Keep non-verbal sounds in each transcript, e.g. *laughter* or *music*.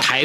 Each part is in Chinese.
台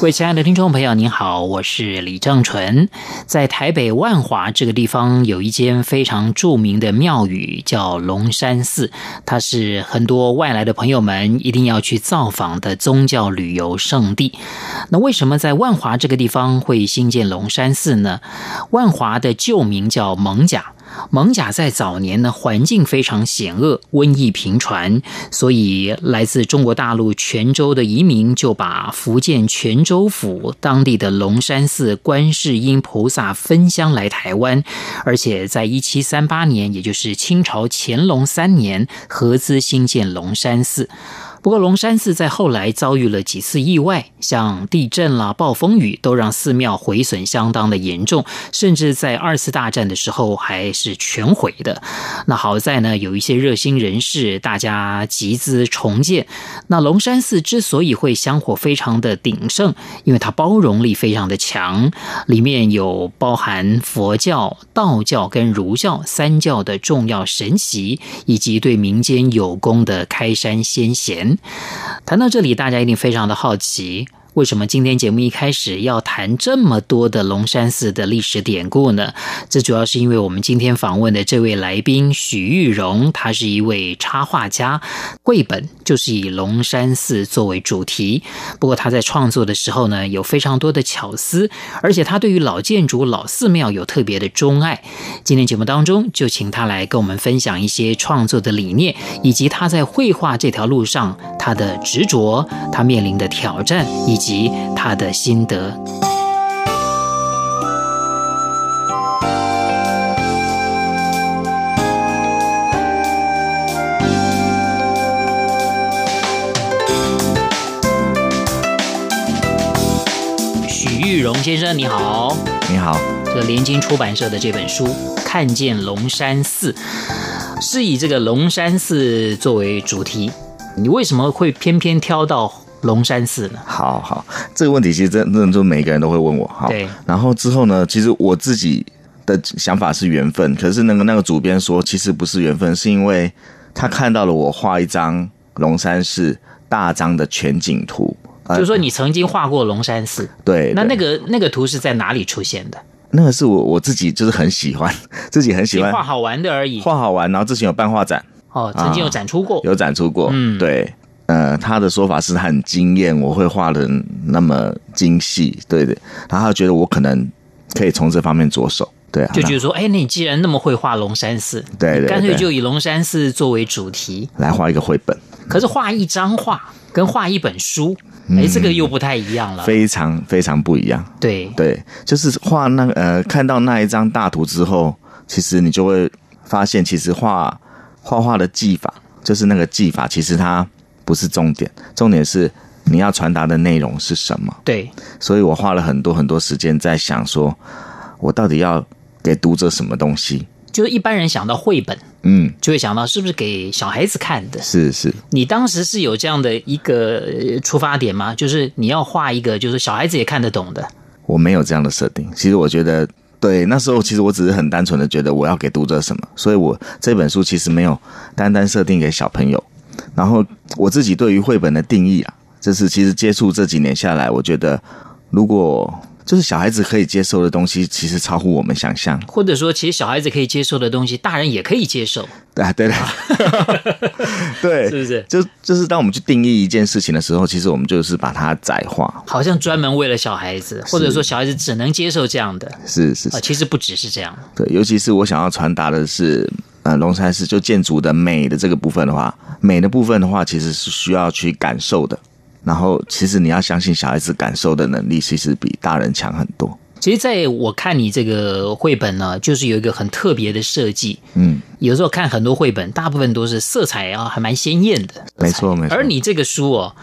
各位亲爱的听众朋友，您好，我是李正淳。在台北万华这个地方，有一间非常著名的庙宇，叫龙山寺，它是很多外来的朋友们一定要去造访的宗教旅游胜地。那为什么在万华这个地方会兴建龙山寺呢？万华的旧名叫蒙甲。蒙甲在早年呢，环境非常险恶，瘟疫频传，所以来自中国大陆泉州的移民就把福建泉州府当地的龙山寺观世音菩萨分香来台湾，而且在一七三八年，也就是清朝乾隆三年，合资兴建龙山寺。不过，龙山寺在后来遭遇了几次意外，像地震啦、暴风雨，都让寺庙毁损相当的严重，甚至在二次大战的时候还是全毁的。那好在呢，有一些热心人士，大家集资重建。那龙山寺之所以会香火非常的鼎盛，因为它包容力非常的强，里面有包含佛教、道教跟儒教三教的重要神奇，以及对民间有功的开山先贤。谈到这里，大家一定非常的好奇，为什么今天节目一开始要谈这么多的龙山寺的历史典故呢？这主要是因为我们今天访问的这位来宾许玉荣，他是一位插画家，绘本就是以龙山寺作为主题。不过他在创作的时候呢，有非常多的巧思，而且他对于老建筑、老寺庙有特别的钟爱。今天节目当中，就请他来跟我们分享一些创作的理念，以及他在绘画这条路上他的执着、他面临的挑战，以及他的心得。许玉荣先生，你好。你好，这联经出版社的这本书《看见龙山寺》，是以这个龙山寺作为主题。你为什么会偏偏挑到龙山寺呢？好好，这个问题其实真真就每个人都会问我，好对，然后之后呢，其实我自己的想法是缘分，可是那个那个主编说，其实不是缘分，是因为他看到了我画一张龙山寺大张的全景图，呃就是说你曾经画过龙山寺，对，那那对个那个图是在哪里出现的？那个是我我自己就是很喜欢， *laughs* 自己很喜你欢画好玩的而已。画啊好玩，然后之前有办画展，哦，曾经有展出过。有展出过，嗯对。呃，他的说法是他很惊艳，我会画的那么精细，对的。然后他觉得我可能可以从这方面着手，对啊，就觉得说，哎，那你既然那么会画龙山寺，对对对干脆就以龙山寺作为主题。来画一个绘本，可是画一张画跟画一本书，哎，这个又不太一样了。嗯非常非常不一样。对，对，就是画那个呃，看到那一张大图之后，其实你就会发现，其实画画画的技法，就是那个技法，其实它不是重点，重点是你要传达的内容是什么。对，所以我花了很多很多时间在想说，我到底要给读者什么东西？就是一般人想到绘本，嗯，就会想到是不是给小孩子看的。是是，你当时是有这样的一个呃出发点吗？就是你要画一个，就是小孩子也看得懂的。我没有这样的设定。其实我觉得，对那时候，其实我只是很单纯的觉得我要给读者什么，所以我这本书其实没有单单设定给小朋友。然后我自己对于绘本的定义啊，就是其实接触这几年下来，我觉得如果就是小孩子可以接受的东西，其实超乎我们想象。或者说，其实小孩子可以接受的东西，大人也可以接受，对啊，对的，对， *laughs* 是不是？就就是当我们去定义一件事情的时候，其实我们就是把它窄化，好像专门为了小孩子，或者说小孩子只能接受这样的是是啊，是，其实不只是这样。对。尤其是我想要传达的是，呃，龙山寺就建筑的美的这个部分的话，美的部分的话，其实是需要去感受的。然后，其实你要相信小孩子感受的能力，其实比大人强很多。其实，在我看你这个绘本呢，就是有一个很特别的设计。嗯，有时候看很多绘本，大部分都是色彩啊，还蛮鲜艳的。没错没错。而你这个书哦，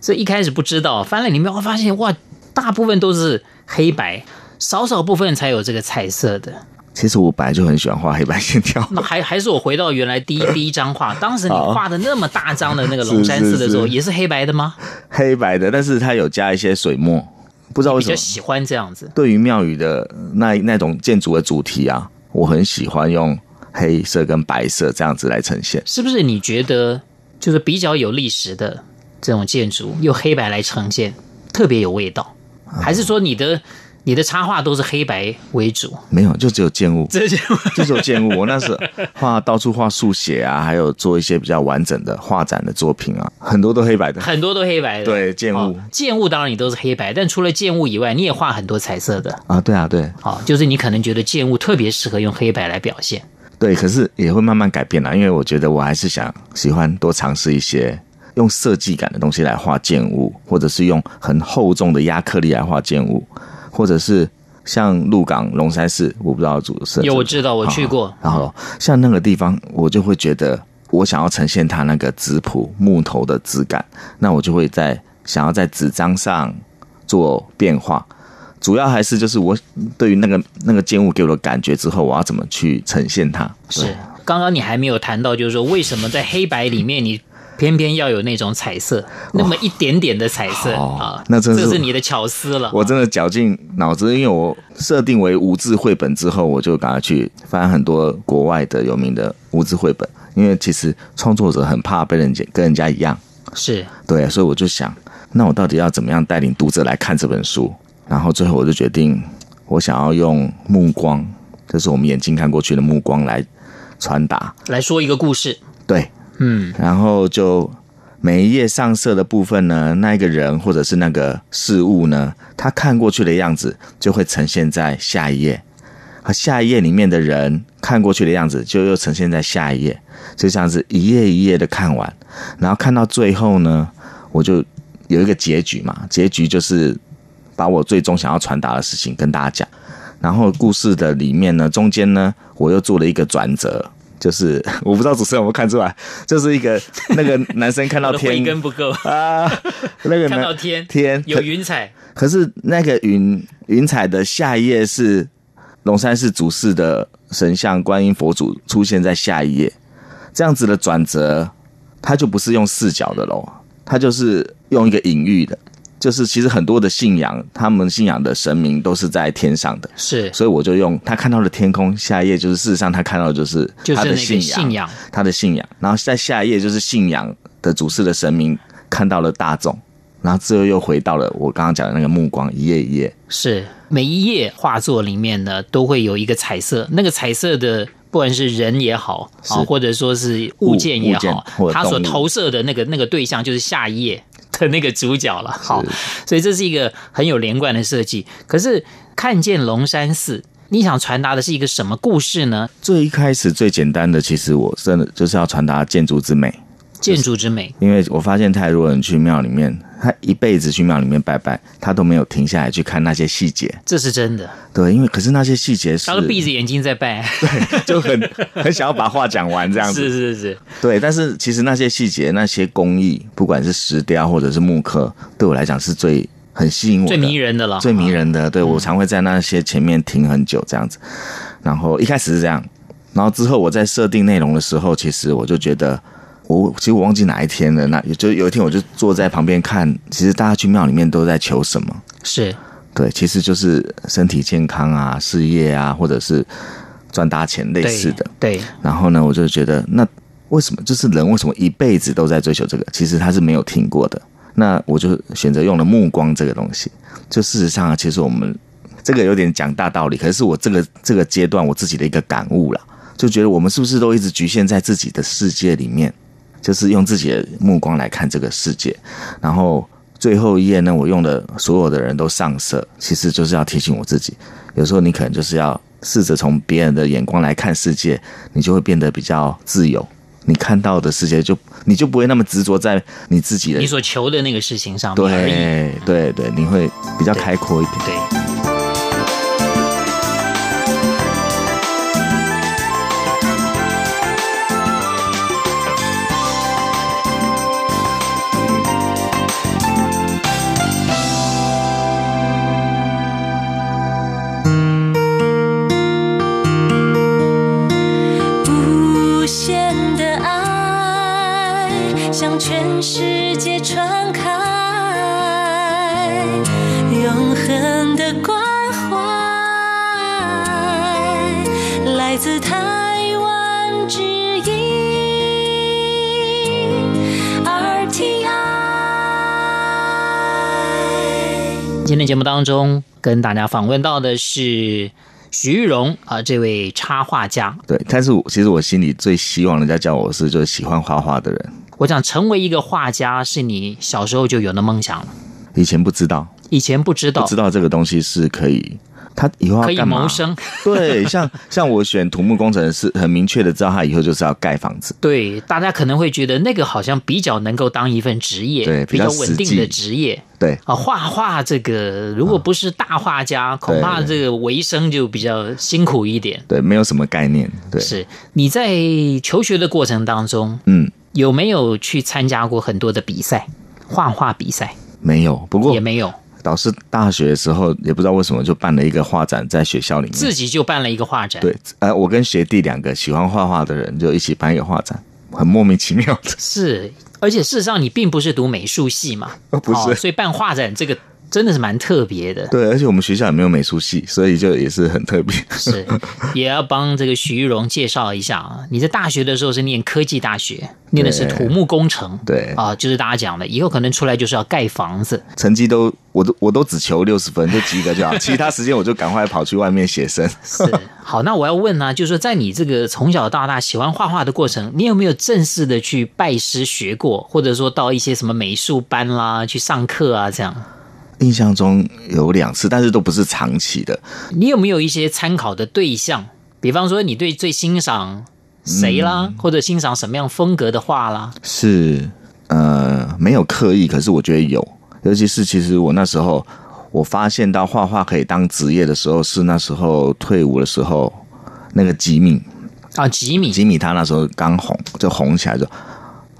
这一开始不知道，翻了里面我发现哇，大部分都是黑白，少少部分才有这个彩色的。其实我本来就很喜欢画黑白线条， *laughs* 那还还是我回到原来 *coughs* 第一第一张画，当时你画的那么大张的那个龙山寺的时候，是是是也是黑白的吗？黑白的，但是它有加一些水墨，不知道为比什么较。喜欢这样子。对于庙宇的那那种建筑的主题啊，我很喜欢用黑色跟白色这样子来呈现。是不是你觉得就是比较有历史的这种建筑，用黑白来呈现，特别有味道？啊还是说你的你的插画都是黑白为主？没有，就只有建物， *laughs* 这就就只有建物。我那时候画到处画速写啊，还有做一些比较完整的画展的作品啊，很多都黑白 *laughs* 的。很多都黑白的。对，建物、哦，建物当然你都是黑白，但除了建物以外，你也画很多彩色的。啊，对啊，对哦，就是你可能觉得建物特别适合用黑白来表现。对，可是也会慢慢改变啦，因为我觉得我还是想喜欢多尝试一些。用设计感的东西来画建物，或者是用很厚重的压克力来画建物，或者是像鹿港龙山寺，我不知道主设计有我知道，我去过。然后像那个地方，我就会觉得我想要呈现它那个质朴木头的质感，那我就会在想要在纸张上做变化。主要还是就是我对于那个那个建物给我的感觉之后，我要怎么去呈现它？啊对是，刚刚你还没有谈到，就是说为什么在黑白里面你。偏偏要有那种彩色，那么一点点的彩色哦啊，那真是这是你的巧思了。 *laughs* 我真的绞尽脑汁，因为我设定为无字绘本之后，我就赶快去翻很多国外的有名的无字绘本，因为其实创作者很怕被人家跟人家一样，是对，啊所以我就想，那我到底要怎么样带领读者来看这本书？然后最后我就决定，我想要用目光，就是我们眼睛看过去的目光来传达。来说一个故事，对，嗯，然后就每一页上色的部分呢，那一个人或者是那个事物呢，他看过去的样子就会呈现在下一页，和下一页里面的人看过去的样子就又呈现在下一页，就像是一页一页的看完，然后看到最后呢，我就有一个结局嘛，结局就是把我最终想要传达的事情跟大家讲。然后故事的里面呢，中间呢，我又做了一个转折，就是 *laughs* 我不知道主持人有没有看出来，就是一个那个男生看到 *laughs* 我的慧天根不够，啊，那个看男到天天有云彩，可是那个云云彩的下一页是龙山寺主寺的神像观音佛祖出现在下一页，这样子的转折，它就不是用视角的喽，它就是用一个隐喻的，就是其实很多的信仰，他们信仰的神明都是在天上的，是所以我就用他看到的天空，下一页就是事实上他看到的就是就是他那的个信仰，信仰，他的信仰，然后在下一页就是信仰的主事的神明看到了大众，然后最后又回到了我刚刚讲的那个目光，一页一页。是每一页画作里面呢，都会有一个彩色，那个彩色的不管是人也好是啊，或者说是物件也物件好或，者它所动物投射的那个那个对象就是下一页的那个主角了。好，所以这是一个很有连贯的设计。可是看见龙山寺，你想传达的是一个什么故事呢？最一开始最简单的，其实我真的就是要传达建筑之美，建筑之美，因为我发现太多人去庙里面，他一辈子去庙里面拜拜，他都没有停下来去看那些细节。这是真的。对，因为可是那些细节是他都闭着眼睛在拜，就很很想要把话讲完这样子。 *laughs* 是是是，对，但是其实那些细节、那些工艺，不管是石雕或者是木刻，对我来讲是最很吸引我的、最迷人的了。最迷人的。对我常会在那些前面停很久这样子。然后一开始是这样，然后之后我在设定内容的时候，其实我就觉得。我其实我忘记哪一天了，那就有一天我就坐在旁边看，其实大家去庙里面都在求什么？是对，其实就是身体健康啊、事业啊，或者是赚大钱类对似的。对，然后呢，我就觉得那为什么就是人为什么一辈子都在追求这个？其实他是没有停过的。那我就选择用了目光这个东西。就事实上啊，其实我们这个有点讲大道理，可是我这个这个阶段我自己的一个感悟啦，就觉得我们是不是都一直局限在自己的世界里面？就是用自己的目光来看这个世界，然后最后一页呢，我用的所有的人都上色，其实就是要提醒我自己，有时候你可能就是要试着从别人的眼光来看世界，你就会变得比较自由。你看到的世界就你就不会那么执着在你自己的你所求的那个事情上面而已。对对对，你会比较开阔一点。对。今天节目当中跟大家访问到的是徐玉荣啊、这位插画家。对，但是我其实我心里最希望人家叫我是就是喜欢画画的人，我想成为一个画家是你小时候就有的梦想了，以前不知道，以前不知道不知道这个东西是可以，他以后哦可要以干嘛谋？生， *laughs* 对，像像我选土木工程师，很明确的知道他以后就是要盖房子。对大家可能会觉得那个好像比较能够当一份职业，对比比较稳实定际的职业。对，啊，画画这个如果不是大画家，恐怕对这个维生就比较辛苦一点。对，没有什么概念。对，是你在求学的过程当中，嗯，有没有去参加过很多的比赛？画画比赛没有。不过嗯也没有，导师大学的时候也不知道为什么就办了一个画展在学校里面。自己就办了一个画展。对，呃，我跟学弟两个喜欢画画的人就一起办一个画展，很莫名其妙的。是，而且事实上你并不是读美术系嘛， *laughs* 不是哦所以办画展这个真的是蛮特别的。对，而且我们学校也没有美术系，所以就也是很特别。 *laughs* 是，也要帮这个许玉荣介绍一下啊。你在大学的时候是念科技大学，念的是土木工程，对，啊，就是大家讲的，以后可能出来就是要盖房子。成绩都我都我都只求六十分，就及格就好。其他时间我就赶快跑去外面写生。 *laughs* 是，好，那我要问呢、啊就是说在你这个从小到大喜欢画画的过程，你有没有正式的去拜师学过，或者说到一些什么美术班啦去上课啊这样？印象中有两次，但是都不是长期的。你有没有一些参考的对象？比方说，你对最欣赏谁啦，嗯或者欣赏什么样风格的画啦？是呃没有刻意，可是我觉得有，尤其是其实我那时候我发现到画画可以当职业的时候，是那时候退伍的时候，那个吉米啊，吉米，吉米他那时候刚红就红起来就。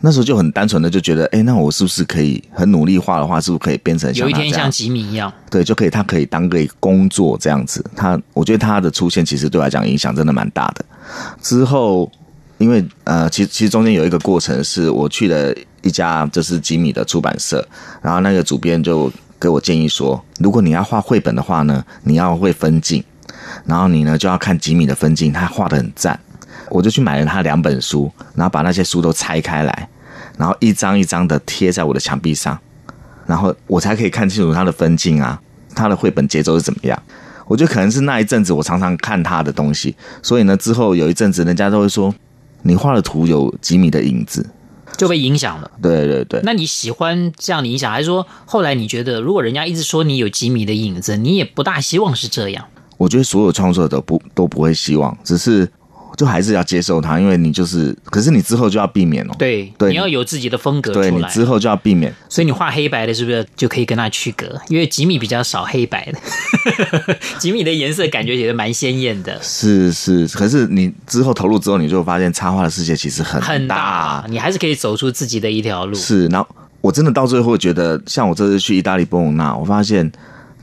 那时候就很单纯的就觉得，哎、那我是不是可以很努力画的话，是不是可以变成有像一他这天样像？吉米一样，对，就可以，他可以当个工作这样子。他，我觉得他的出现其实对我来讲影响真的蛮大的。之后，因为呃，其其实中间有一个过程，是我去了一家就是吉米的出版社，然后那个主编就给我建议说，如果你要画绘本的话呢，你要会分镜，然后你呢就要看吉米的分镜，他画的很赞。我就去买了他两本书，然后把那些书都拆开来，然后一张一张的贴在我的墙壁上，然后我才可以看清楚他的分镜啊，他的绘本节奏是怎么样。我觉得可能是那一阵子我常常看他的东西，所以呢，之后有一阵子人家都会说你画的图有吉米的影子。就被影响了。对对对，那你喜欢这样的影响，还是说后来你觉得，如果人家一直说你有吉米的影子，你也不大希望是这样？我觉得所有创作者不都不会希望，只是就还是要接受它，因为你就是，可是你之后就要避免哦。对，对你要有自己的风格对出你来。之后就要避免，所以你画黑白的，是不是就可以跟他区隔？因为吉米比较少黑白的，吉米的 *laughs* 颜色感觉也是蛮鲜艳的。是是，可是你之后投入之后，你就会发现插画的世界其实很很大，你还是可以走出自己的一条路。是，然后我真的到最后觉得，像我这次去意大利波隆纳，我发现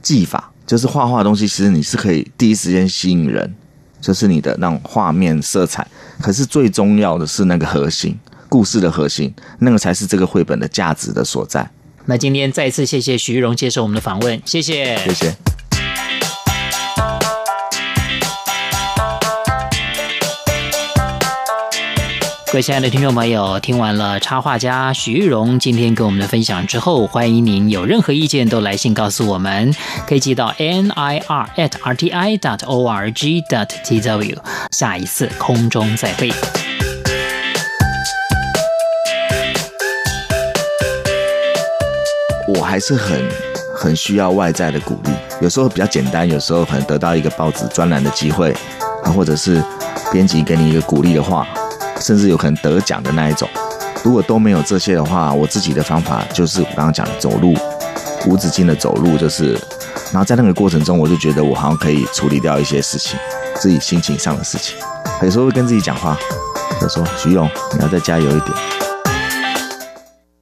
技法就是画画的东西，其实你是可以第一时间吸引人，就是你的那种画面色彩。可是最重要的是那个核心，故事的核心，那个才是这个绘本的价值的所在。那今天再次谢谢徐玉荣接受我们的访问，谢谢。谢谢。各位亲爱的听众朋友，听完了插画家许玉荣今天给我们的分享之后，欢迎您有任何意见都来信告诉我们，可以寄到 n i r at r t i dot o r g dot t w。下一次空中再会。我还是很很需要外在的鼓励，有时候比较简单，有时候可能得到一个报纸专栏的机会，啊，或者是编辑给你一个鼓励的话，甚至有可能得奖的那一种。如果都没有这些的话，我自己的方法就是我刚刚讲的走路，无止境的走路，就是，然后在那个过程中，我就觉得我好像可以处理掉一些事情，自己心情上的事情。有时候会跟自己讲话，就说徐勇，你要再加油一点，